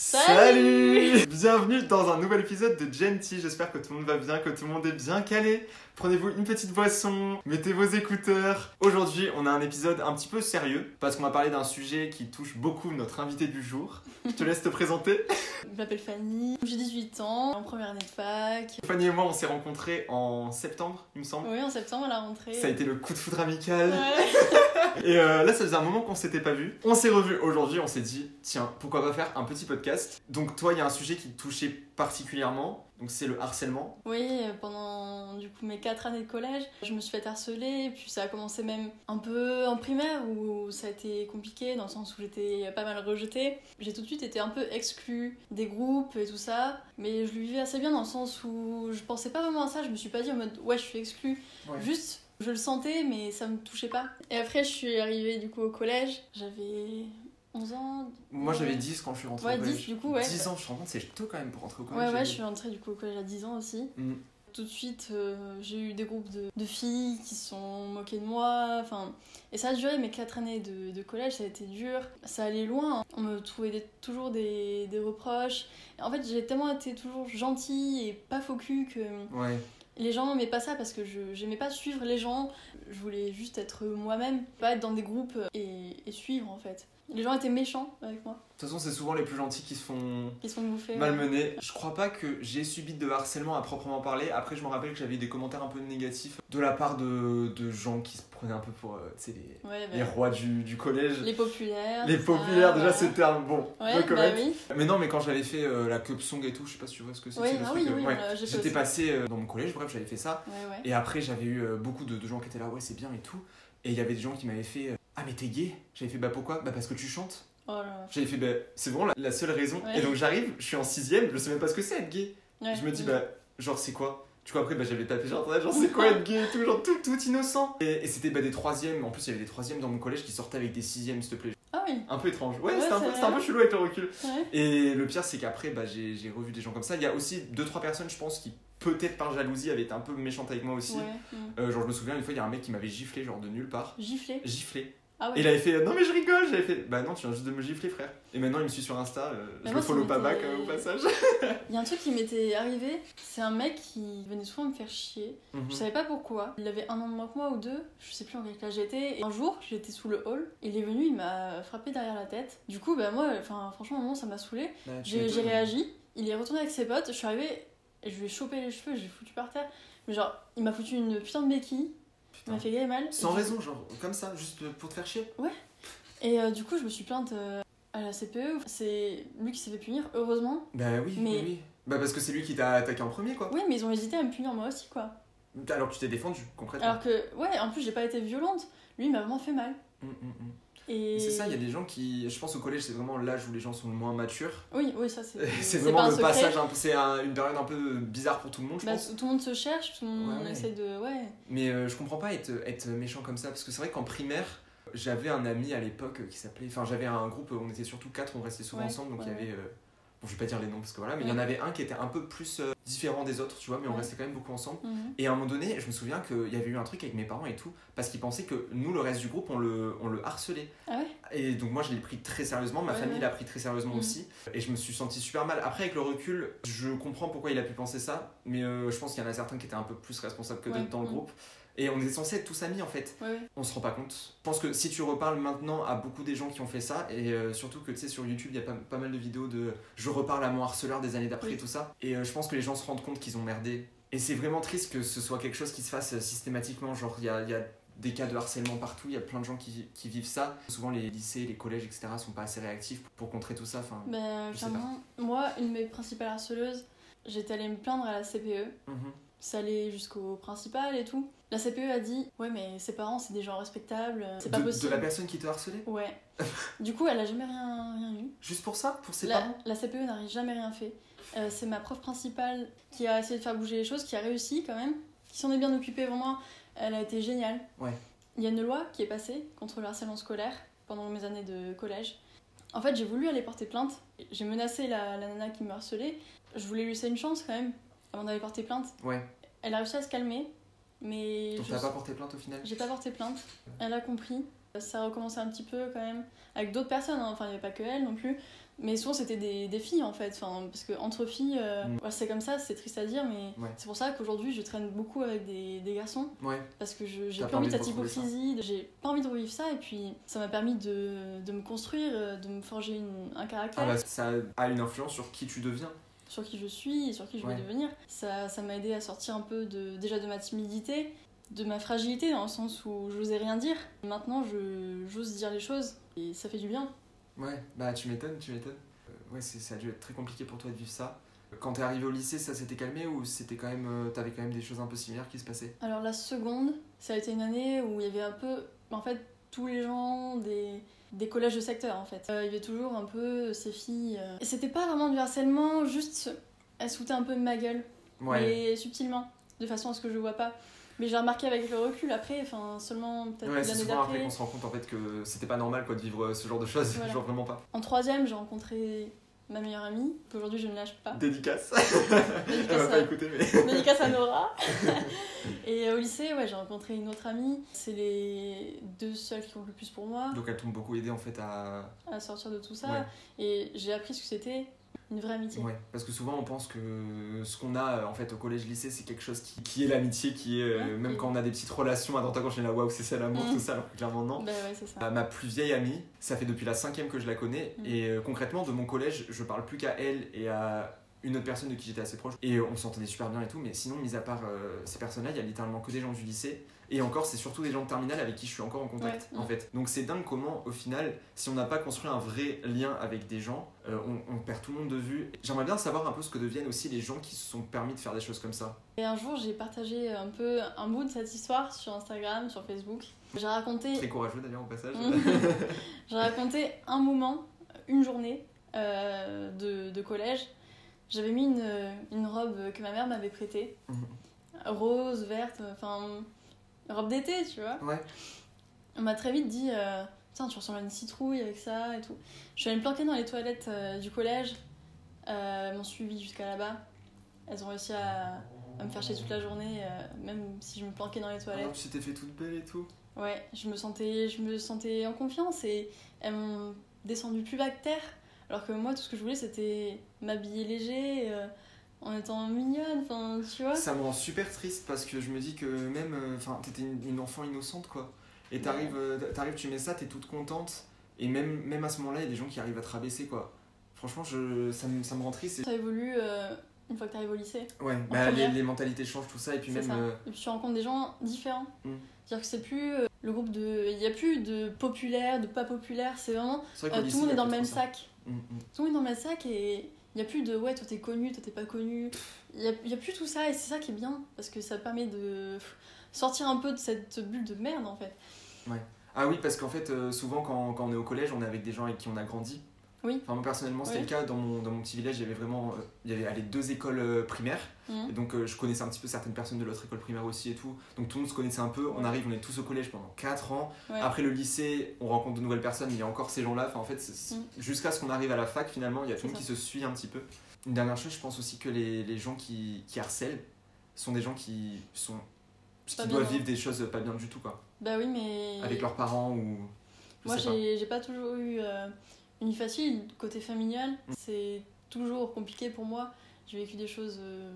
Salut Salut Bienvenue dans un nouvel épisode de Genty, j'espère que tout le monde va bien, que tout le monde est bien calé. Prenez-vous une petite boisson, mettez vos écouteurs. Aujourd'hui, on a un épisode un petit peu sérieux, parce qu'on va parler d'un sujet qui touche beaucoup notre invité du jour. Je te laisse te présenter. Je m'appelle Fanny, j'ai 18 ans, en première année de fac. Fanny et moi, on s'est rencontrés en septembre, il me semble. Oui, en septembre à la rentrée. Ça a été le coup de foudre amical. Ouais. Et euh, là, ça faisait un moment qu'on s'était pas vu. On s'est revus aujourd'hui, on s'est dit, tiens, pourquoi pas faire un petit podcast Donc, toi, il y a un sujet qui te touchait particulièrement, donc c'est le harcèlement. Oui, euh, pendant du coup mes 4 années de collège, je me suis fait harceler, et puis ça a commencé même un peu en primaire où ça a été compliqué dans le sens où j'étais pas mal rejetée. J'ai tout de suite été un peu exclue des groupes et tout ça, mais je le vivais assez bien dans le sens où je pensais pas vraiment à ça, je me suis pas dit en mode ouais, je suis exclue. Juste, je le sentais, mais ça me touchait pas. Et après, je suis arrivée du coup au collège. J'avais 11 ans. Moi, j'avais 10 quand je suis rentré Ouais, au 10 collège. du coup, ouais. 10 ans, je te rends compte, c'est tôt quand même pour rentrer au collège. Ouais, ouais, je suis rentrée du coup au collège à 10 ans aussi. Mm. Tout de suite, euh, j'ai eu des groupes de, de filles qui se sont moquées de moi. Enfin, et ça a duré mes 4 années de, de collège, ça a été dur. Ça allait loin. hein. On me trouvait des- toujours des, des reproches. En fait, j'ai tellement été toujours gentille et pas faux cul que Ouais. les gens n'aimaient pas ça parce que je j'aimais pas suivre les gens. Je voulais juste être moi-même, pas être dans des groupes et, et suivre en fait. Les gens étaient méchants avec moi. De toute façon, c'est souvent les plus gentils qui se font Ils se font bouffer. ouais. malmener. Je crois pas que j'ai subi de harcèlement à proprement parler. Après, je me rappelle que j'avais eu des commentaires un peu négatifs de la part de, de gens qui se prenaient un peu pour euh, tu sais, les, Ouais, bah, les rois du, du collège. les populaires. Les ça, populaires, déjà voilà. ce terme, bon, Ouais, le bah commettre. oui. Mais non, mais quand j'avais fait euh, la club song et tout, je sais pas si tu vois ce que c'est. Ouais, c'est le ah truc, oui, euh, oui, ouais. voilà, j'ai fait J'étais aussi. passé euh, dans mon collège, bref, j'avais fait ça. Ouais, ouais. Et après, j'avais eu euh, beaucoup de, de gens qui étaient là, ouais, c'est bien et tout. Et il y avait des gens qui m'avaient fait, euh, ah, mais t'es gay J'avais fait, bah pourquoi Bah parce que tu chantes. Oh là J'avais fait, bah c'est vraiment la, la seule raison. Ouais. Et donc j'arrive, je suis en sixième, je sais même pas ce que c'est être gay. là. Ouais. Je me dis, bah, genre, c'est quoi Du coup, après, bah, j'avais tapé, genre, genre, c'est quoi être gay et tout, genre, tout, tout innocent. Et, et c'était bah, des troisièmes, en plus, il y avait des troisièmes dans mon collège qui sortaient avec des sixièmes, s'il te plaît. Ah oui. Un peu étrange. Ouais, Ouais, c'était un, c'est peu- c'était un peu chelou avec le recul. Ouais. Et le pire, c'est qu'après, bah, j'ai j'ai revu des gens comme ça. Il y a aussi deux trois personnes, je pense, qui peut-être par jalousie avaient été un peu méchantes avec moi aussi. ouais. mm. Euh, genre, je me souviens une fois, il y a un mec qui m'avait giflé, genre de nulle part. Gifler. Giflé. Ah ouais. Et il avait fait euh, Non, mais je rigole J'avais fait Bah non, tu viens juste de me gifler, frère. Et maintenant, il me suit sur Insta. euh, je Mais Bah, moi, le ça follow pas back m'était- euh, au passage. Il y a un truc qui m'était arrivé. C'est un mec qui venait souvent me faire chier. Mhm. Je savais pas pourquoi. Il avait un an de moins que moi ou deux, je sais plus en quel classe j'étais. Et un jour, j'étais sous le hall, il est venu, il m'a frappé derrière la tête. Du coup, bah moi, enfin, franchement, à un moment, ça m'a saoulé. Ouais, Ah, Bah, tu J'ai j'ai m'étonnes. réagi, il est retourné avec ses potes, je suis arrivée, et je lui ai chopé les cheveux, j'ai foutu par terre. Mais genre, il m'a foutu une putain de béquille, il Putain. m'a fait gay mal. Ah. Sans Et- raison, genre, comme ça, juste pour te faire chier. Et euh, du coup, je me suis plainte euh, à la CPE, c'est lui qui s'est fait punir, heureusement. Bah oui, Mais- oui, oui. Bah parce que c'est lui qui t'a attaqué en premier, quoi. Oui, mais ils ont hésité à me punir moi aussi, quoi. Alors que tu t'es défendu, concrètement. Alors que, ouais, en plus, j'ai pas été violente, lui, il m'a vraiment fait mal. Mm, mm, mm. Et. Et C'est ça, il y a des gens qui. Je pense au collège, c'est vraiment l'âge où les gens sont le moins matures. Oui, oui, ça c'est. C'est pas un vraiment le secret. passage, un peu- c'est un- une période un peu bizarre pour tout le monde, je Bah, pense. tout tout le monde se cherche, tout le monde Ouais, ouais. essaie de. Ouais. Mais euh, je comprends pas être, être méchant comme ça, parce que c'est vrai qu'en primaire, j'avais un ami à l'époque euh, qui s'appelait. Enfin, j'avais un groupe, euh, on était surtout quatre, on restait souvent Ouais, ensemble, donc ouais, il y ouais. avait. euh, Bon, je vais pas dire les noms parce que voilà, mais il y en Ouais. avait un qui était un peu plus euh, différent des autres, tu vois, mais on Ouais. restait quand même beaucoup ensemble. Mhm. Et à un moment donné, je me souviens qu'il y avait eu un truc avec mes parents et tout, parce qu'ils pensaient que nous, le reste du groupe, on le, on le harcelait. Ah ouais Et donc moi, je l'ai pris très sérieusement, ma Ouais, famille ouais. l'a pris très sérieusement Mhm. aussi, et je me suis senti super mal. Après, avec le recul, je comprends pourquoi il a pu penser ça, mais euh, je pense qu'il y en a certains qui étaient un peu plus responsables que Ouais, d'autres dans le mhm. groupe. Et on était censés être tous amis en fait, Ouais, ouais. on se rend pas compte. Je pense que si tu reparles maintenant à beaucoup des gens qui ont fait ça, et euh, surtout que tu sais, sur YouTube, il y a pas, pas mal de vidéos de je reparle à mon harceleur des années d'après Oui. et tout ça, et euh, je pense que les gens se rendent compte qu'ils ont merdé. Et c'est vraiment triste que ce soit quelque chose qui se fasse euh, systématiquement, genre il y a, il y a des cas de harcèlement partout, il y a plein de gens qui, qui vivent ça. Souvent les lycées, les collèges, etc. sont pas assez réactifs pour, pour contrer tout ça. Enfin, Bah, Je sais pas. clairement, moi, une de mes principales harceleuses, j'étais allée me plaindre à la CPE. mhm. Ça allait jusqu'au principal et tout. La CPE a dit Ouais, mais ses parents, c'est des gens respectables, euh, c'est pas de, de possible. la personne qui te harcelait Ouais. du coup, elle a jamais rien, rien eu. Juste pour ça Pour ses La, parents la CPE n'a jamais rien fait. Euh, c'est ma prof principale qui a essayé de faire bouger les choses, qui a réussi quand même, qui s'en est bien occupée vraiment. Elle a été géniale. Ouais. Il y a une loi qui est passée contre le harcèlement scolaire pendant mes années de collège. En fait, j'ai voulu aller porter plainte. J'ai menacé la, la nana qui me harcelait. Je voulais lui laisser une chance quand même avant d'aller porter plainte. Ouais. Elle a réussi à se calmer, mais Donc je- t'as pas porté plainte au final j'ai pas porté plainte. Elle a compris. Ça a recommencé un petit peu quand même avec d'autres personnes. hein. Enfin, il n'y avait pas que elle non plus. Mais souvent, c'était des, des filles en fait. Enfin, parce que entre filles, euh, Mm. ouais, c'est comme ça, c'est triste à dire, mais Ouais. c'est pour ça qu'aujourd'hui, je traîne beaucoup avec des, des garçons. Ouais. Parce que je- j'ai T'as plus pas envie envie de de cette retrouver ça. hypocrisie, de- j'ai pas envie de revivre ça. Et puis, ça m'a permis de, de me construire, euh, de me forger une- un caractère Ah bah, ça a une influence sur qui tu deviens. sur qui je suis et sur qui je veux Ouais. devenir. Ça ça m'a aidé à sortir un peu de, déjà de ma timidité, de ma fragilité, dans le sens où j'osais rien dire. Maintenant, je- j'ose dire les choses et ça fait du bien. Ouais, bah tu m'étonnes, tu m'étonnes. Euh, ouais, c'est- ça a dû être très compliqué pour toi de vivre ça. Quand t'es arrivé au lycée, ça s'était calmé ou c'était quand même, euh, t'avais quand même des choses un peu similaires qui se passaient Alors la seconde, ça a été une année où il y avait un peu, en fait, tous les gens des, des collèges de secteur, en fait. Euh, il y avait toujours un peu ces filles. euh, Et c'était pas vraiment du harcèlement, juste elles se foutaient un peu de ma gueule, Ouais. mais subtilement, de façon à ce que je vois pas. Mais j'ai remarqué avec le recul après, enfin seulement peut-être Ouais, c'est l'année souvent après d'après. qu'on se rend compte en fait que c'était pas normal quoi de vivre euh, ce genre de choses, Voilà. genre vraiment pas. En troisième, j'ai rencontré ma meilleure amie, qu'aujourd'hui je ne lâche pas. Dédicace. Elle Dédicace va pas à- écouter mais. Dédicace à Nora. Et euh, au lycée, ouais, j'ai rencontré une autre amie. C'est les deux seuls qui comptent le plus pour moi. Donc elles t'ont beaucoup aidé en fait à. à sortir de tout ça Ouais. et j'ai appris ce que c'était une vraie amitié. Ouais. Parce que souvent on pense que ce qu'on a euh, en fait au collège lycée c'est quelque chose qui, qui est l'amitié, qui est euh, Ouais. même quand on a des petites relations à droite à gauche, on est là waouh c'est ça l'amour, Mm. tout ça, alors que clairement non. Bah ouais, c'est ça. Bah, ma plus vieille amie, ça fait depuis la cinquième que je la connais, Mm. et euh, concrètement de mon collège, je parle plus qu'à elle et à une autre personne de qui j'étais assez proche, et euh, on s'entendait super bien et tout, mais sinon, mis à part euh, ces personnes-là, il y a littéralement que des gens du lycée, et encore, c'est surtout des gens de terminale avec qui je suis encore en contact, Ouais, en mm. fait. Donc c'est dingue comment, au final, si on n'a pas construit un vrai lien avec des gens, euh, on, on perd tout le monde de vue. J'aimerais bien savoir un peu ce que deviennent aussi les gens qui se sont permis de faire des choses comme ça. Et un jour, j'ai partagé un peu un bout de cette histoire sur Instagram, sur Facebook. J'ai Très raconté, courageux d'ailleurs, au passage. j'ai raconté un moment, une journée euh, de, de collège. J'avais mis une, une robe que ma mère m'avait prêtée, Mhm. rose, verte, enfin une robe d'été, tu vois. ouais, On m'a très vite dit euh, Putain, tu ressembles à une citrouille avec ça et tout. Je suis allée me planquer dans les toilettes euh, du collège. Euh, elles m'ont suivi jusqu'à là-bas. Elles ont réussi à, à me faire chier toute la journée, euh, même si je me planquais dans les alors toilettes. tu t'étais fait toute belle et tout. Ouais, je me sentais, je me sentais en confiance et elles m'ont descendu plus bas que terre. Alors que moi, tout ce que je voulais, c'était m'habiller léger, euh, en étant mignonne, enfin, tu vois. Ça me rend super triste parce que je me dis que même, euh, enfin, t'étais une, une enfant innocente quoi. Et t'arrives, euh, t'arrives, tu mets ça, t'es toute contente. Et même, même à ce moment-là, il y a des gens qui arrivent à te rabaisser quoi. Franchement, je, ça, me, ça me rend triste. Ça évolue euh, une fois que t'arrives au lycée. et- Ouais, bah, les, première. les mentalités changent, tout ça. Et puis C'est même, ça. euh, Et puis tu rencontres des gens différents. Mm. C'est-à-dire que c'est plus euh, le groupe de. Il n'y a plus de populaire, de pas populaire, c'est vraiment. c'est vrai euh, qu'au tout lycée, le monde il y est a dans le plus même trop ça. sac. Mm, mm. Tout le monde est dans le même sac et il n'y a plus de ouais, toi t'es connu, toi t'es pas connu. Il n'y a, il y a plus tout ça et c'est ça qui est bien parce que ça permet de pff, sortir un peu de cette bulle de merde en fait. Ah oui, parce qu'en fait, euh, souvent quand, quand on est au collège, on est avec des gens avec qui on a grandi. Oui. Enfin, moi personnellement, c'était Oui. le cas. Dans mon, dans mon petit village, il y avait vraiment euh, il y avait, allez, deux écoles euh, primaires. Mhm. Et donc euh, je connaissais un petit peu certaines personnes de l'autre école primaire aussi et tout. Donc tout le monde se connaissait un peu. On arrive, on est tous au collège pendant 4 ans. Ouais. Après le lycée, on rencontre de nouvelles personnes, mais il y a encore ces gens-là. Enfin en fait, c'est- c'est- Mm. jusqu'à ce qu'on arrive à la fac finalement, il y a tout le C'est monde qui se suit un petit peu. Une dernière chose, je pense aussi que les, les gens qui, qui harcèlent sont des gens qui sont Pas qui bien, doivent non. vivre des choses pas bien du tout quoi. Bah oui, mais. Avec leurs parents ou je Moi sais pas. j'ai j'ai pas toujours eu euh, une vie facile, côté familial. Mm. C'est toujours compliqué pour moi. J'ai vécu des choses euh,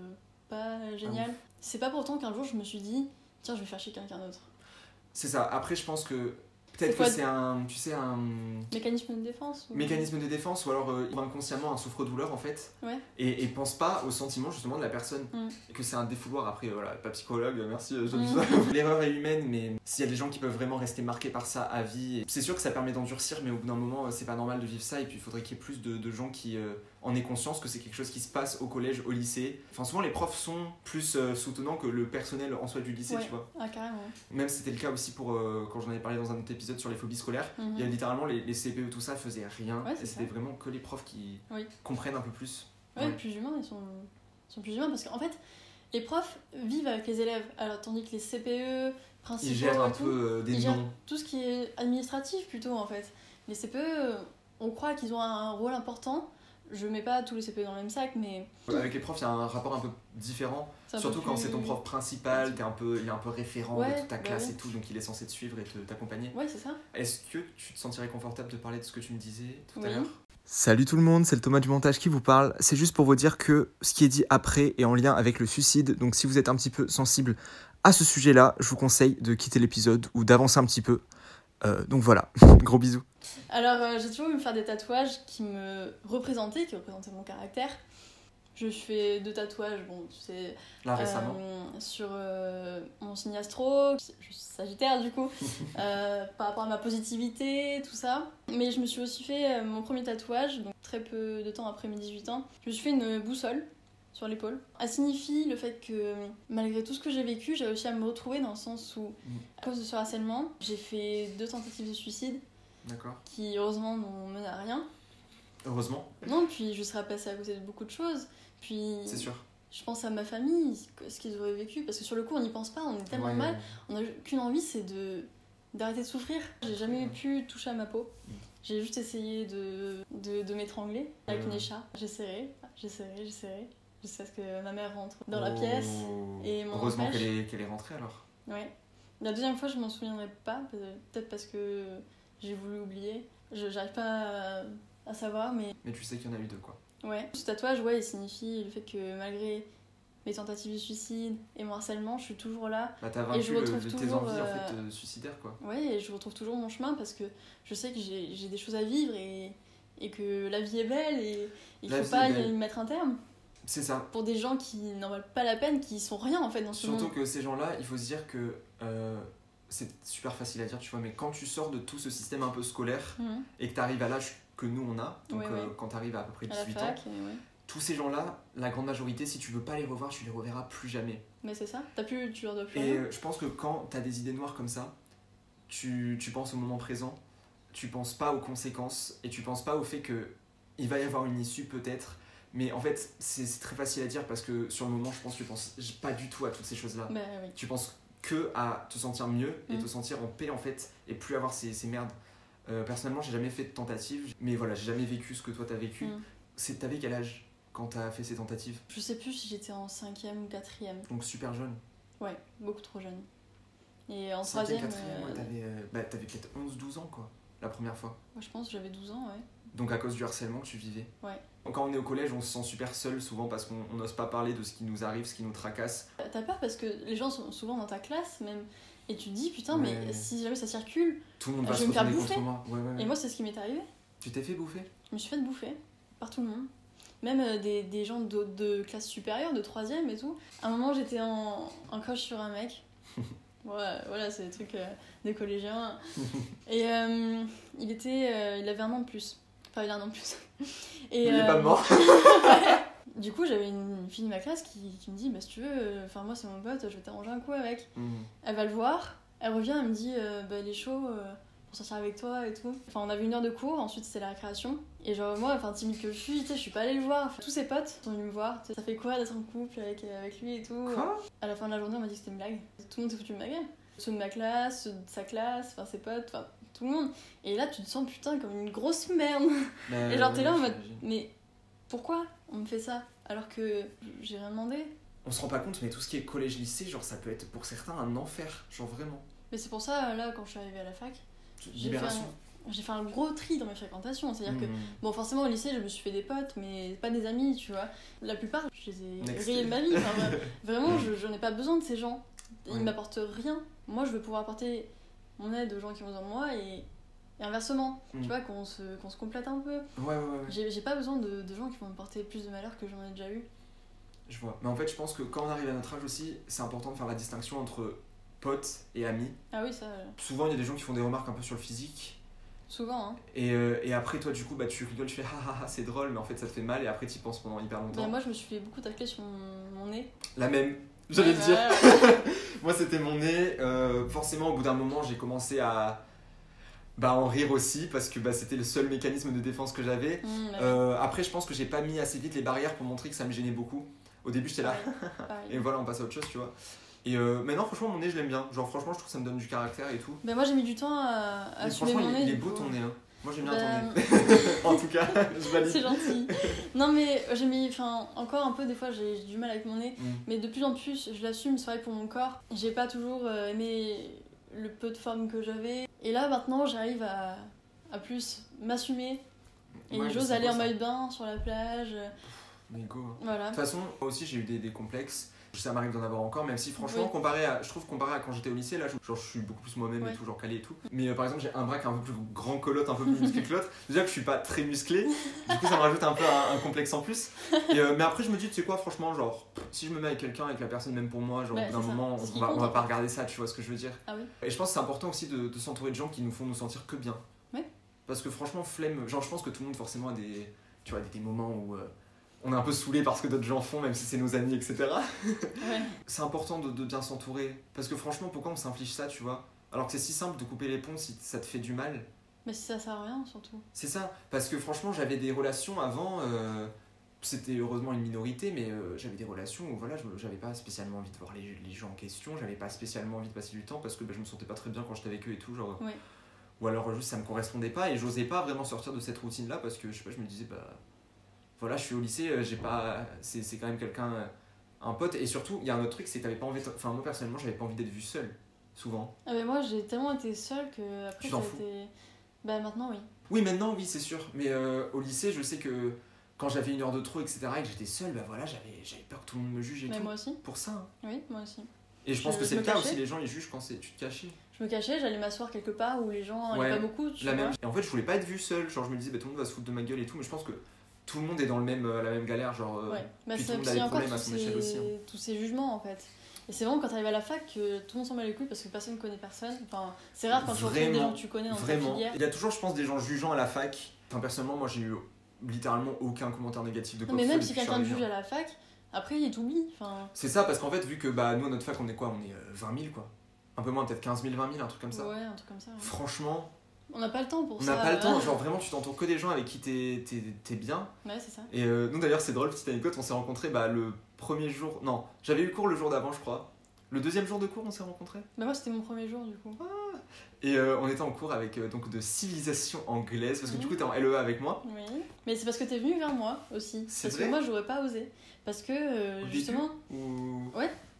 pas Ah géniales. C'est pas pourtant qu'un jour je me suis dit, tiens, je vais faire chez quelqu'un d'autre. C'est ça. Après je pense que C'est peut-être que quoi- c'est un tu sais un Mécanisme de défense ou- mécanisme de défense ou alors euh, il va inconsciemment un souffre-douleur en fait Ouais. et, et pense pas au sentiment justement de la personne Mm. Et que c'est un défouloir après voilà pas psychologue euh, merci euh, je Mm. dis ça. l'erreur est humaine mais s'il y a des gens qui peuvent vraiment rester marqués par ça à vie c'est sûr que ça permet d'endurcir mais au bout d'un moment euh, c'est pas normal de vivre ça et puis il faudrait qu'il y ait plus de, de gens qui euh, en aient conscience que c'est quelque chose qui se passe au collège au lycée enfin souvent les profs sont plus euh, soutenants que le personnel en soi du lycée Ouais. tu vois Ah, carrément. même c'était le cas aussi pour euh, quand j'en avais parlé dans un autre épisode sur les phobies scolaires Mhm. il y a littéralement les, les CPE, tout ça faisait rien. Ouais, c'est et c'était ça. vraiment que les profs qui Oui. comprennent un peu plus. Ouais, Ouais. plus humains, ils sont, ils sont plus humains parce qu'en fait, les profs vivent avec les élèves, alors tandis que les CPE, principaux, Ils gèrent un et tout, peu euh, des Ils gèrent- noms. tout ce qui est administratif plutôt en fait. Les CPE, euh, on croit qu'ils ont un rôle important. Je mets pas tous les CPE dans le même sac, mais. Avec les profs, il y a un rapport un peu différent. c'est un peu Surtout quand plus- c'est ton prof principal, t'es un peu, il est un peu référent de Ouais, toute ta bah classe oui. et tout, donc il est censé te suivre et te- t'accompagner. Ouais, c'est ça. Est-ce que tu te sentirais confortable de parler de ce que tu me disais tout à Oui. l'heure Salut tout le monde, c'est le Thomas du montage qui vous parle. C'est juste pour vous dire que ce qui est dit après est en lien avec le suicide, donc si vous êtes un petit peu sensible à ce sujet-là, je vous conseille de quitter l'épisode ou d'avancer un petit peu. Euh, donc voilà, gros bisous. Alors, euh, j'ai toujours voulu me faire des tatouages qui me représentaient, qui représentaient mon caractère. Je fais deux tatouages, bon, c'est Là euh, sur euh, mon signe astro, je suis sagittaire du coup, euh, par rapport à ma positivité, tout ça. Mais je me suis aussi fait euh, mon premier tatouage, donc très peu de temps après mes 18 ans. Je me suis fait une boussole sur l'épaule. Elle signifie le fait que malgré tout ce que j'ai vécu, j'ai réussi à me retrouver dans le sens où, Mm. à cause de ce harcèlement, j'ai fait deux tentatives de suicide D'accord. qui heureusement n'ont mené à rien. Heureusement, Non, puis je serais passée à côté de beaucoup de choses. Puis c'est sûr. je pense à ma famille, ce qu'ils auraient vécu, parce que sur le coup on n'y pense pas, on est tellement Ouais, mal, on n'a qu'une envie c'est de d'arrêter de souffrir. J'ai jamais Ouais. pu toucher à ma peau. Mm. J'ai juste essayé de, de, de m'étrangler avec une Ouais. écharpe. J'ai serré, j'ai serré, j'ai serré, jusqu'à ce que ma mère rentre dans la pièce. Oh. et mon Heureusement empêche. qu'elle est, qu'elle est rentrée alors. Ouais. La deuxième fois, je m'en souviendrai pas, peut-être parce que j'ai voulu oublier. Je J'arrive pas à- à savoir, mais Mais tu sais qu'il y en a eu deux quoi. Ouais. Ce tatouage, ouais, il signifie le fait que malgré mes tentatives de suicide et mon harcèlement, je suis toujours là. Bah t'as Et vaincu je le- retrouve le- tes toujours, envies euh, en fait euh, suicidaires quoi. Ouais, et je retrouve toujours mon chemin parce que je sais que j'ai j'ai des choses à vivre et, et que la vie est belle et il La faut vie pas est belle. y mettre un terme. C'est ça. Pour des gens qui n'en valent pas la peine, qui sont rien en fait dans ce Surtout monde. que ces gens-là, il faut se dire que euh, c'est super facile à dire, tu vois, mais quand tu sors de tout ce système un peu scolaire Mhm. et que tu arrives à l'âge que nous on a, donc Ouais, euh, ouais. quand tu arrives à à peu près À la 18 ans, fac, et ouais. tous ces gens-là, la grande majorité, si tu veux pas les revoir, tu les reverras plus jamais. Mais c'est ça. T'as plus, tu leur dois plus Et rien. euh, je pense que quand t'as des idées noires comme ça, tu, tu penses au moment présent, tu penses pas aux conséquences et tu penses pas au fait que il va y avoir une issue peut-être. Mais en fait, c'est c'est très facile à dire parce que sur le moment, je pense que tu penses pas du tout à toutes ces choses-là. Bah oui. Tu penses que à te sentir mieux et Mm. te sentir en paix en fait et plus avoir ces, ces merdes. Euh, personnellement, j'ai jamais fait de tentative, mais voilà, j'ai jamais vécu ce que toi t'as vécu. Mm. C'est t'avais quel âge quand t'as fait ces tentatives Je sais plus si j'étais en 5 ou 4 Donc super jeune. Ouais, beaucoup trop jeune. Et en 3 Cinquième, quatrième, ouais, t'avais euh, bah, t'avais peut-être 11-12 ans quoi, la première fois. moi je pense que j'avais 12 ans, ouais. Donc à cause du harcèlement que tu vivais. Ouais. Donc, Quand on est au collège, on se sent super seul souvent parce qu'on on n'ose pas parler de ce qui nous arrive, ce qui nous tracasse. T'as peur parce que les gens sont souvent dans ta classe même et tu te dis putain mais Ouais. si jamais ça circule Tout le monde Ah, va je se vais me faire retourner bouffer. contre moi. Ouais, ouais, ouais. et moi c'est ce qui m'est arrivé Tu t'es fait bouffer je me suis fait bouffer par tout le monde même euh, des, des gens de, de classe supérieure de troisième et tout à un moment j'étais en, en crush sur un mec voilà, voilà c'est des trucs euh, des collégiens et euh, il était euh, il avait un an de plus enfin il a un an de plus et Il est pas euh, mort. du coup j'avais une fille de ma classe qui, qui me dit bah si tu veux euh, enfin moi c'est mon pote je vais t'arranger un coup avec Mhm. Elle va le voir, elle revient, elle me dit euh, bah, il est chaud euh, pour sortir avec toi et tout. Enfin, on avait une heure de cours, ensuite c'était la récréation. Et genre, moi, enfin, timide que je suis, tu sais, je suis pas allée le voir. Enfin, tous ses potes sont venus me voir, tu sais, ça fait quoi d'être en couple avec, euh, avec lui et tout. Quoi à la fin de la journée, on m'a dit que c'était une blague. Tout le monde s'est foutu de ma gueule. Ceux de ma classe, ceux de sa classe, enfin ses potes, enfin tout le monde. Et là, tu te sens putain comme une grosse merde. Bah, Et genre, t'es là en ouais, mode j'imagine. mais pourquoi on me fait ça alors que j'ai rien demandé On se rend pas compte, mais tout ce qui est collège-lycée, genre ça peut être pour certains un enfer. Genre vraiment. Mais c'est pour ça, là, quand je suis arrivée à la fac, J'ai fait, Libération. un- j'ai fait un gros tri dans mes fréquentations. C'est-à-dire que, Mhm. bon, forcément, au lycée, je me suis fait des potes, mais pas des amis, tu vois. La plupart, je les ai Next. rayés de ma vie. Enfin, vra- vraiment, je, je n'ai pas besoin de ces gens. Ils Ouais. m'apportent rien. Moi, je veux pouvoir apporter mon aide aux gens qui ont besoin de moi et, et inversement. Mm. Tu vois, qu'on se, qu'on se complète un peu. Ouais, ouais, ouais, ouais. J'ai j'ai pas besoin de, de gens qui vont me porter plus de malheur que j'en ai déjà eu. Je vois. Mais en fait, je pense que quand on arrive à notre âge aussi, c'est important de faire la distinction entre potes et amis. Ah oui, ça, euh, Souvent, il y a des gens qui font des remarques un peu sur le physique. souvent. Hein. Et, euh, et après, toi, du coup, bah, tu rigoles, tu fais ah, ah, ah, c'est drôle, mais en fait, ça te fait mal, et après, tu penses pendant hyper longtemps. Mais moi, je me suis fait beaucoup tacler sur mon, mon nez. La même, j'allais Ouais, le dire. voilà. Moi, c'était mon nez. euh, forcément, au bout d'un moment, j'ai commencé à bah, en rire aussi, parce que bah, c'était le seul mécanisme de défense que j'avais. Mm, bah, Euh, après, je pense que j'ai pas mis assez vite les barrières pour montrer que ça me gênait beaucoup. Au début, j'étais là, pareil, pareil. et voilà, on passe à autre chose, tu vois. Et euh, maintenant, franchement, mon nez, je l'aime bien. Genre, franchement, je trouve que ça me donne du caractère et tout. Ben moi j'ai mis du temps à, à Mais assumer franchement, Ah, mon il, nez. il est du beau coup. ton nez. hein. Moi, j'aime bien ton Ben, nez. en tout cas, je valide. c'est gentil. Non mais j'ai mis, enfin encore un peu des fois j'ai j'ai du mal avec mon nez, Mm. mais de plus en plus je l'assume, c'est vrai pour mon corps. J'ai pas toujours euh, aimé le peu de forme que j'avais et là maintenant j'arrive à, à plus m'assumer Et Ouais, mais j'ose c'est aller beau, en ça. maillot de bain sur la plage. euh, Mais go. hein. Voilà. De toute façon, moi aussi j'ai eu des, des complexes. Ça m'arrive d'en avoir encore, même si franchement, Oui. comparé à, je trouve comparé à quand j'étais au lycée, là, je- genre, je suis beaucoup plus moi-même et Ouais. tout, genre calé et tout. Mais euh, par exemple, j'ai un bras qui est un peu plus grand que l'autre, un peu plus musclé que l'autre. Déjà que je suis pas très musclé, du coup ça me rajoute un peu un, un complexe en plus. Et, euh, mais après, je me dis, tu sais quoi, franchement, genre, si je me mets avec quelqu'un, avec la personne même pour moi, genre, au Ouais, bout d'un c'est ça. moment, C'est ce on qui va, on compte, va en pas regarder ça, tu vois ce que je veux dire. Ah oui. Et je pense que c'est important aussi de, de s'entourer de gens qui nous font nous sentir que bien. Ouais. Parce que franchement, flemme. Genre, je pense que tout le monde forcément a des, tu vois, des, des moments où euh, on est un peu saoulé par ce que d'autres gens font, même si c'est nos amis, etc. Ouais. C'est important de, de bien s'entourer. Parce que franchement, pourquoi on s'inflige ça, tu vois Alors que c'est si simple de couper les ponts si ça te fait du mal. Mais ça sert à rien surtout. C'est ça. Parce que franchement, j'avais des relations avant. euh, c'était heureusement une minorité, mais euh, j'avais des relations où voilà, je- j'avais pas spécialement envie de voir les, les gens en question, j'avais pas spécialement envie de passer du temps parce que bah, je me sentais pas très bien quand j'étais avec eux et tout. Genre, Ouais. Ou alors juste ça me correspondait pas et j'osais pas vraiment sortir de cette routine là parce que je sais pas, je me disais bah voilà, je suis au lycée, euh, j'ai pas. C'est c'est quand même quelqu'un, euh, un pote. Et surtout, il y a un autre truc, c'est que t'avais pas envie. de- Enfin, moi personnellement, j'avais pas envie d'être vu seul, souvent. Ah, mais moi j'ai tellement été seule que après Tu t'en ça a fous. été- Bah maintenant oui. Oui, maintenant, oui, c'est sûr. Mais euh, au lycée, je sais que quand j'avais une heure de trop, etc., et que j'étais seul, bah voilà, j'avais j'avais peur que tout le monde me juge et Mais tout. moi aussi. Pour ça. hein. Oui, moi aussi. Et je pense Je- que je c'est le me cas cachais. aussi, les gens ils jugent quand c'est tu te cachais. Je me cachais, j'allais m'asseoir quelque part où les gens Ouais. n'étaient pas beaucoup. Tu La vois. même. Et en fait, je voulais pas être vu seul. Genre, je me disais, bah, tout le monde va se foutre de ma gueule et tout. Mais je pense que tout le monde est dans le même, euh, la même galère. Genre, euh, Ouais. Bah, puis tout c'est le monde a aussi des encore problèmes à tous son échelle aussi, ces... hein. tous ces jugements en fait. Et c'est vraiment quand t'arrives à la fac que tout le monde s'en bat les couilles parce que personne connaît personne. Enfin, c'est rare quand tu rencontres des Vraiment, gens que tu connais dans ta vraiment. filière. Il y a toujours, je pense, des gens jugeants à la fac. Enfin, personnellement, moi j'ai eu littéralement aucun commentaire négatif de quoi Non, mais que ce même soit si depuis que je suis quelqu'un te arrivé, juge hein. à la fac, après il t'oublie. Enfin, C'est ça, parce qu'en fait, vu que bah, nous à notre fac, on est quoi On est euh, 20 000 quoi. Un peu moins, peut-être 15 000, 20 000, un truc comme ça. ouais, un truc comme ça. ouais. Franchement, On n'a pas le temps pour on ça. n'a pas le temps. euh. Genre, vraiment, tu t'entoures que des gens avec qui t'es- t'es t'es bien. Ouais, c'est ça. Et euh, nous d'ailleurs, c'est drôle, petite anecdote, on s'est rencontrés bah, le premier jour. Non, j'avais eu cours le jour d'avant, je crois. Le deuxième jour de cours, on s'est rencontrés. Bah, moi c'était mon premier jour du coup. Et euh, on était en cours avec euh, donc de civilisation anglaise, parce que Mhm. du coup, t'es en LEA avec moi. Oui. Mais c'est parce que t'es venu vers moi aussi. C'est Parce vrai que moi j'aurais pas osé. Parce que euh, Au début justement, Ou...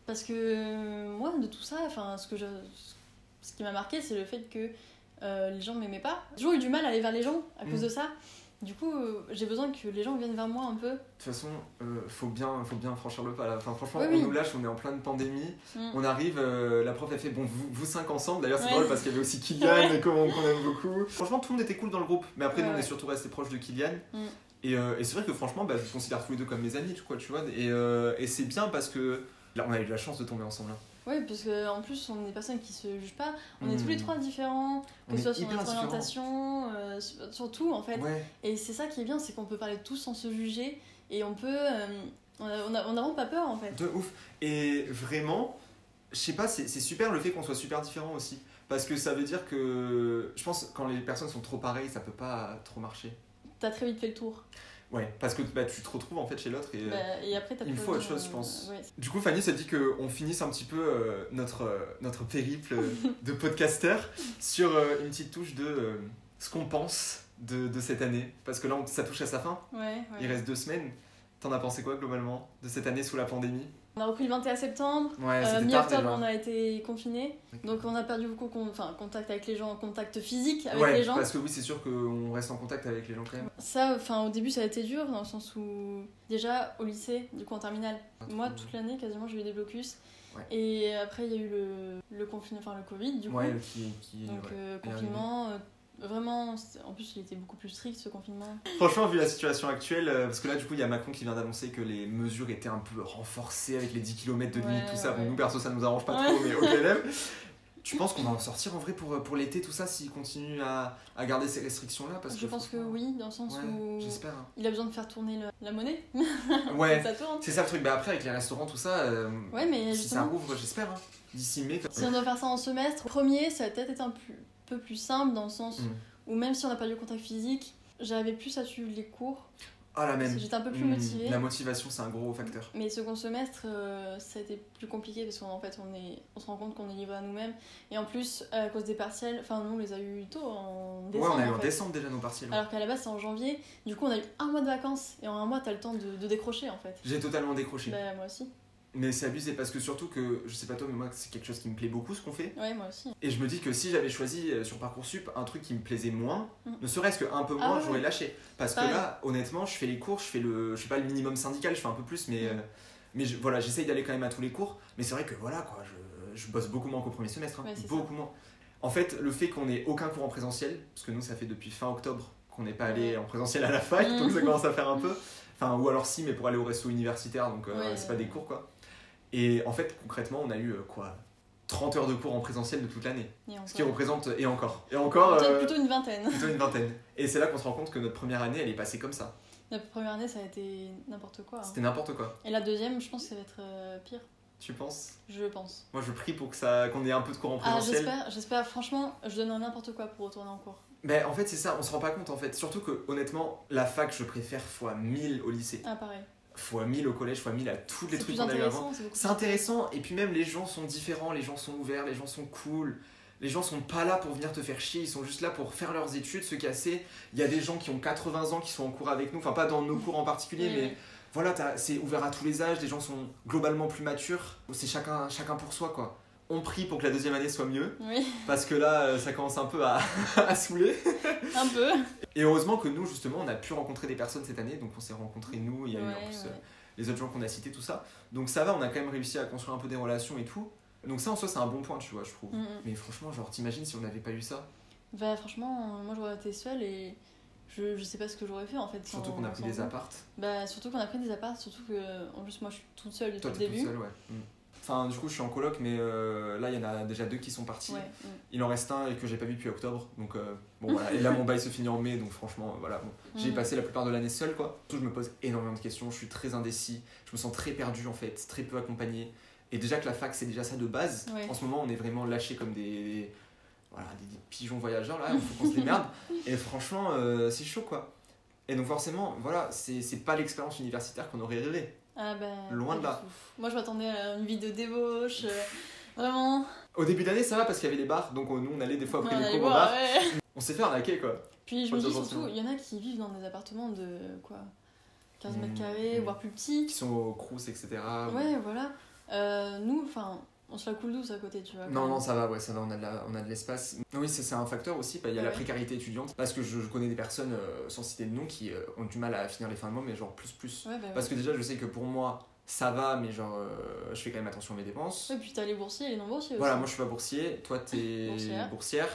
parce que euh, moi de tout ça, enfin ce que je, ce qui m'a marqué c'est le fait que euh, les gens m'aimaient pas. J'ai toujours eu du mal à aller vers les gens à Mm. cause de ça. Du coup, euh, j'ai besoin que les gens viennent vers moi un peu. De toute façon, euh, faut, bien, faut bien franchir le pas là. Enfin, franchement, Oui, on oui. nous lâche, on est en pleine pandémie. Mm. On arrive, euh, la prof elle fait bon, vous, vous cinq ensemble. D'ailleurs, c'est Ouais. drôle parce qu'il y avait aussi Kylian, et qu'on qu'on aime beaucoup. Franchement, tout le monde était cool dans le groupe, mais après, Ouais, nous on est ouais. surtout restés proches de Kylian. Mm. Et, euh, et c'est vrai que franchement, bah, je considère tous les deux comme mes amis, tu- quoi, tu vois. Et, euh, et c'est bien parce que là, on a eu de la chance de tomber ensemble. hein. Ouais, parce que en plus on est des personnes qui se jugent pas. On est Mm. tous les trois différents, On que ce soit est sur hyper notre différents. orientation, euh, sur sur tout en fait. Ouais. Et c'est ça qui est bien, c'est qu'on peut parler de tout sans se juger et on peut. euh, on a- on a on a vraiment pas peur en fait. De ouf. Et vraiment, je sais pas, c'est c'est super le fait qu'on soit super différents aussi. Parce que ça veut dire que je pense quand les personnes sont trop pareilles, ça peut pas trop marcher. T'as très vite fait le tour. Ouais, parce que bah, tu te retrouves en fait chez l'autre. Et... Bah, et après, t'as il me plus faut Euh, autre besoin, chose, je pense. ouais. Du coup, Fanny se dit qu'on finisse un petit peu euh, notre, euh, notre périple euh, de podcaster sur euh, une petite touche de euh, ce qu'on pense de, de cette année. Parce que là, on- ça touche à sa fin. Ouais, ouais. Il reste deux semaines. T'en as pensé quoi globalement de cette année sous la pandémie On a repris le 21 septembre. Ouais, Euh, c'était tard Mi-octobre, déjà. on a été confinés. D'accord. Donc, on a perdu beaucoup con- enfin, contact avec les gens, contact physique avec ouais, les gens. parce que oui, c'est sûr qu'on reste en contact avec les gens quand même. Ça, enfin, au début, ça a été dur dans le sens où, déjà au lycée, du coup en terminale, moi toute l'année quasiment j'ai eu des blocus. Ouais. Et après, il y a eu le, le confinement, enfin le Covid, du coup. Ouais, qui, qui- Donc, ouais. euh, est confinement, euh, vraiment, c'est- en plus, il était beaucoup plus strict ce confinement. Franchement, vu la situation actuelle, euh, parce que là, du coup, il y a Macron qui vient d'annoncer que les mesures étaient un peu renforcées avec les 10 km de Ouais, limite, tout ça. Bon, ouais. nous, perso, ça nous arrange pas Ouais. trop, mais aux élèves. Tu penses qu'on va en sortir en vrai pour, euh, pour l'été, tout ça, s'il continue à, à garder ces restrictions-là parce je pense que franchement, oui, dans le sens Ouais, où j'espère. hein. il a besoin de faire tourner le- la monnaie. Ouais, ça tourne. c'est ça le truc. Bah, après, avec les restaurants, tout ça, euh, Ouais, mais si ça justement, rouvre, j'espère. hein. D'ici mai, si on doit faire ça en semestre, premier, ça va peut-être être un pu- peu plus simple dans le sens Mm. où même si on n'a pas eu le contact physique, j'avais plus à suivre les cours. Ah, la parce même. que J'étais un peu plus Hmm, motivée. La motivation, c'est un gros facteur. Mais second semestre, euh, ça a été plus compliqué parce qu'en fait, on, est, on se rend compte qu'on est livré à nous-mêmes. Et en plus, à cause des partiels, enfin, nous, on les a eu tôt, en ouais, décembre. on a eu en en fait. Ah. décembre déjà nos partiels. Alors qu'à la base, c'est en janvier. Du coup, on a eu un mois de vacances. Et en un mois, t'as le temps de, de décrocher, en fait. J'ai totalement décroché. Bah, moi aussi. Mais c'est abusé parce que surtout que, je sais pas toi, mais moi c'est quelque chose qui me plaît beaucoup ce qu'on fait. Ouais, moi aussi. Et je me dis que si j'avais choisi euh, sur Parcoursup un truc qui me plaisait moins, Mm. ne serait-ce qu'un peu Ah moins, ouais. j'aurais lâché. Parce que Pareil. là, honnêtement, je fais les cours, je fais le, je fais pas le minimum syndical, je fais un peu plus, mais, Mm. euh, mais je- voilà, j'essaye d'aller quand même à tous les cours. Mais c'est vrai que voilà, quoi, je, je bosse beaucoup moins qu'au premier semestre, hein, Ouais, c'est beaucoup moins. En fait, le fait qu'on ait aucun cours en présentiel, parce que nous, ça fait depuis fin octobre qu'on n'est pas allé en présentiel à la fac, Mm. donc ça commence à faire un peu. Enfin, ou alors si, mais pour aller au resto universitaire, donc euh, Ouais. c'est pas des cours, quoi. Et en fait, concrètement, on a eu euh, quoi 30 heures de cours en présentiel de toute l'année. Et encore. Ce qui représente, euh, et encore, et encore, Peut-être euh, plutôt une vingtaine. plutôt une vingtaine. Et c'est là qu'on se rend compte que notre première année, elle est passée comme ça. La première année, ça a été n'importe quoi. hein. C'était n'importe quoi. Et la deuxième, je pense que ça va être euh, pire. Tu penses Je pense. Moi, je prie pour que ça, qu'on ait un peu de cours en Ah, présentiel. j'espère, j'espère. Franchement, je donne n'importe quoi pour retourner en cours. Mais en fait, c'est ça, on se rend pas compte en fait. Surtout que, honnêtement, la fac, je préfère fois 1000 au lycée, Ah, pareil. fois 1000 au collège, fois 1000 à tous les C'est trucs plus qu'on a eu avant. intéressant. C'est beaucoup C'est plus- intéressant, et puis même les gens sont différents, les gens sont ouverts, les gens sont cool, les gens sont pas là pour venir te faire chier, ils sont juste là pour faire leurs études, se casser. Il y a des gens qui ont 80 ans qui sont en cours avec nous, enfin pas dans nos cours en particulier, Oui, mais oui. voilà, t'as- c'est ouvert à tous les âges, les gens sont globalement plus matures, c'est chacun, chacun pour soi quoi. On prie pour que la deuxième année soit mieux, Oui, parce que là euh, ça commence un peu à, à saouler. un peu. Et heureusement que nous justement on a pu rencontrer des personnes cette année, donc on s'est rencontrés nous, il y a eu en Ouais, plus, ouais. euh, les autres gens qu'on a cités, tout ça. Donc ça va, on a quand même réussi à construire un peu des relations et tout. Donc ça en soi c'est un bon point, tu vois, je trouve. Mm, mm. Mais franchement, genre t'imagines si on n'avait pas eu ça Bah, franchement, euh, moi j'aurais été seule et je, je sais pas ce que j'aurais fait en fait. sans- Surtout qu'on a pris sans des vous. appartes. Bah, surtout qu'on a pris des apparts, surtout que en plus moi je suis toute seule depuis Toi le t'es toute début. seule, ouais. Mm. Enfin du coup je suis en coloc, mais euh, là il y en a déjà deux qui sont partis. Ouais, mm. Il en reste un et que j'ai pas vu depuis octobre. Donc euh, bon voilà. Et là mon bail se finit en mai, donc franchement euh, voilà. bon. J'ai Mm. passé la plupart de l'année seule quoi. Surtout je me pose énormément de questions, je suis très indécis, je me sens très perdu en fait, très peu accompagné. Et déjà que la fac c'est déjà ça de base. Ouais. En ce moment on est vraiment lâchés comme des, des- voilà, des, des pigeons voyageurs là, il faut qu'on se démerde. et franchement euh, c'est chaud quoi. Et donc forcément voilà, c'est c'est pas l'expérience universitaire qu'on aurait rêvé. Ah, bah, Loin pas de du là. tout. Moi je m'attendais à une vie de débauche. euh, Vraiment. Au début d'année ça va parce qu'il y avait les bars, donc on- nous on allait des fois après Ouais, on les allait cours au voir, bar. ouais. On s'est fait arnaquer quoi. Puis je Faut me dire dis attention. surtout, il y en a qui vivent dans des appartements de quoi 15 Mm, mètres carrés, mm. voire plus petits. Qui sont au Crous etc. Ouais, voilà. Euh, nous, enfin, on se la coule douce à côté, tu vois. quand Non, même. non, ça va, ouais, ça va, on a de, la- on a de l'espace. Oui, c'est c'est un facteur aussi, bah, il y a la Ouais. précarité étudiante, parce que je, je connais des personnes, euh, sans citer de nom, qui euh, ont du mal à finir les fins de mois, mais genre plus, plus. Ouais, bah, Parce que déjà, je sais que pour moi, ça va, mais genre, euh, je fais quand même attention à mes dépenses. ouais. Ouais, puis t'as les boursiers et les non-boursiers Voilà, moi aussi. je suis pas boursier, toi t'es Boursière. boursière.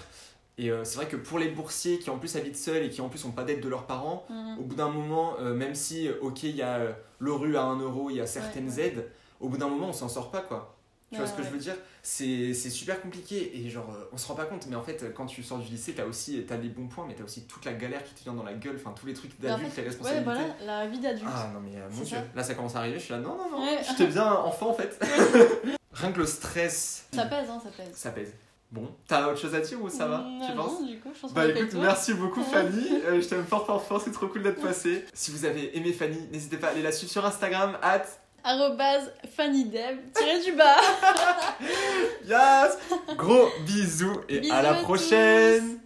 Et euh, c'est vrai que pour les boursiers qui en plus habitent seuls et qui en plus ont pas d'aide de leurs parents, Mhm. au bout d'un moment, euh, même si, euh, ok, il y a euh, l'ORU à 1 euro, il y a certaines Ouais, ouais. aides, au bout d'un moment, on s'en sort pas, quoi. Tu vois Ouais, ce que je ouais. veux dire C'est c'est super compliqué et genre euh, on se rend pas compte, mais en fait euh, quand tu sors du lycée, t'as aussi euh, t'as les bons points, mais t'as aussi toute la galère qui te vient dans la gueule, enfin tous les trucs Mais en d'adulte, fait, les Ouais, responsabilités. voilà, la vie d'adulte. Ah non mais euh, mon C'est dieu, ça. là ça commence à arriver, je suis là non non non, Ouais. j'étais bien enfant en fait. Rien que le stress, Ça pèse, hein, ça pèse. ça pèse. Bon, t'as autre chose à dire ou ça va Mm, Tu non, penses du coup, je pense bah qu'on a fait écoute, le tour. merci beaucoup Fanny, Euh, je t'aime fort fort fort, c'est trop cool d'être passé. Si vous avez aimé Fanny, n'hésitez pas à aller la suivre sur Instagram, at Arrobase FannyDeb, tiré du bas. Yes Gros bisous et Bisous à la à tous. prochaine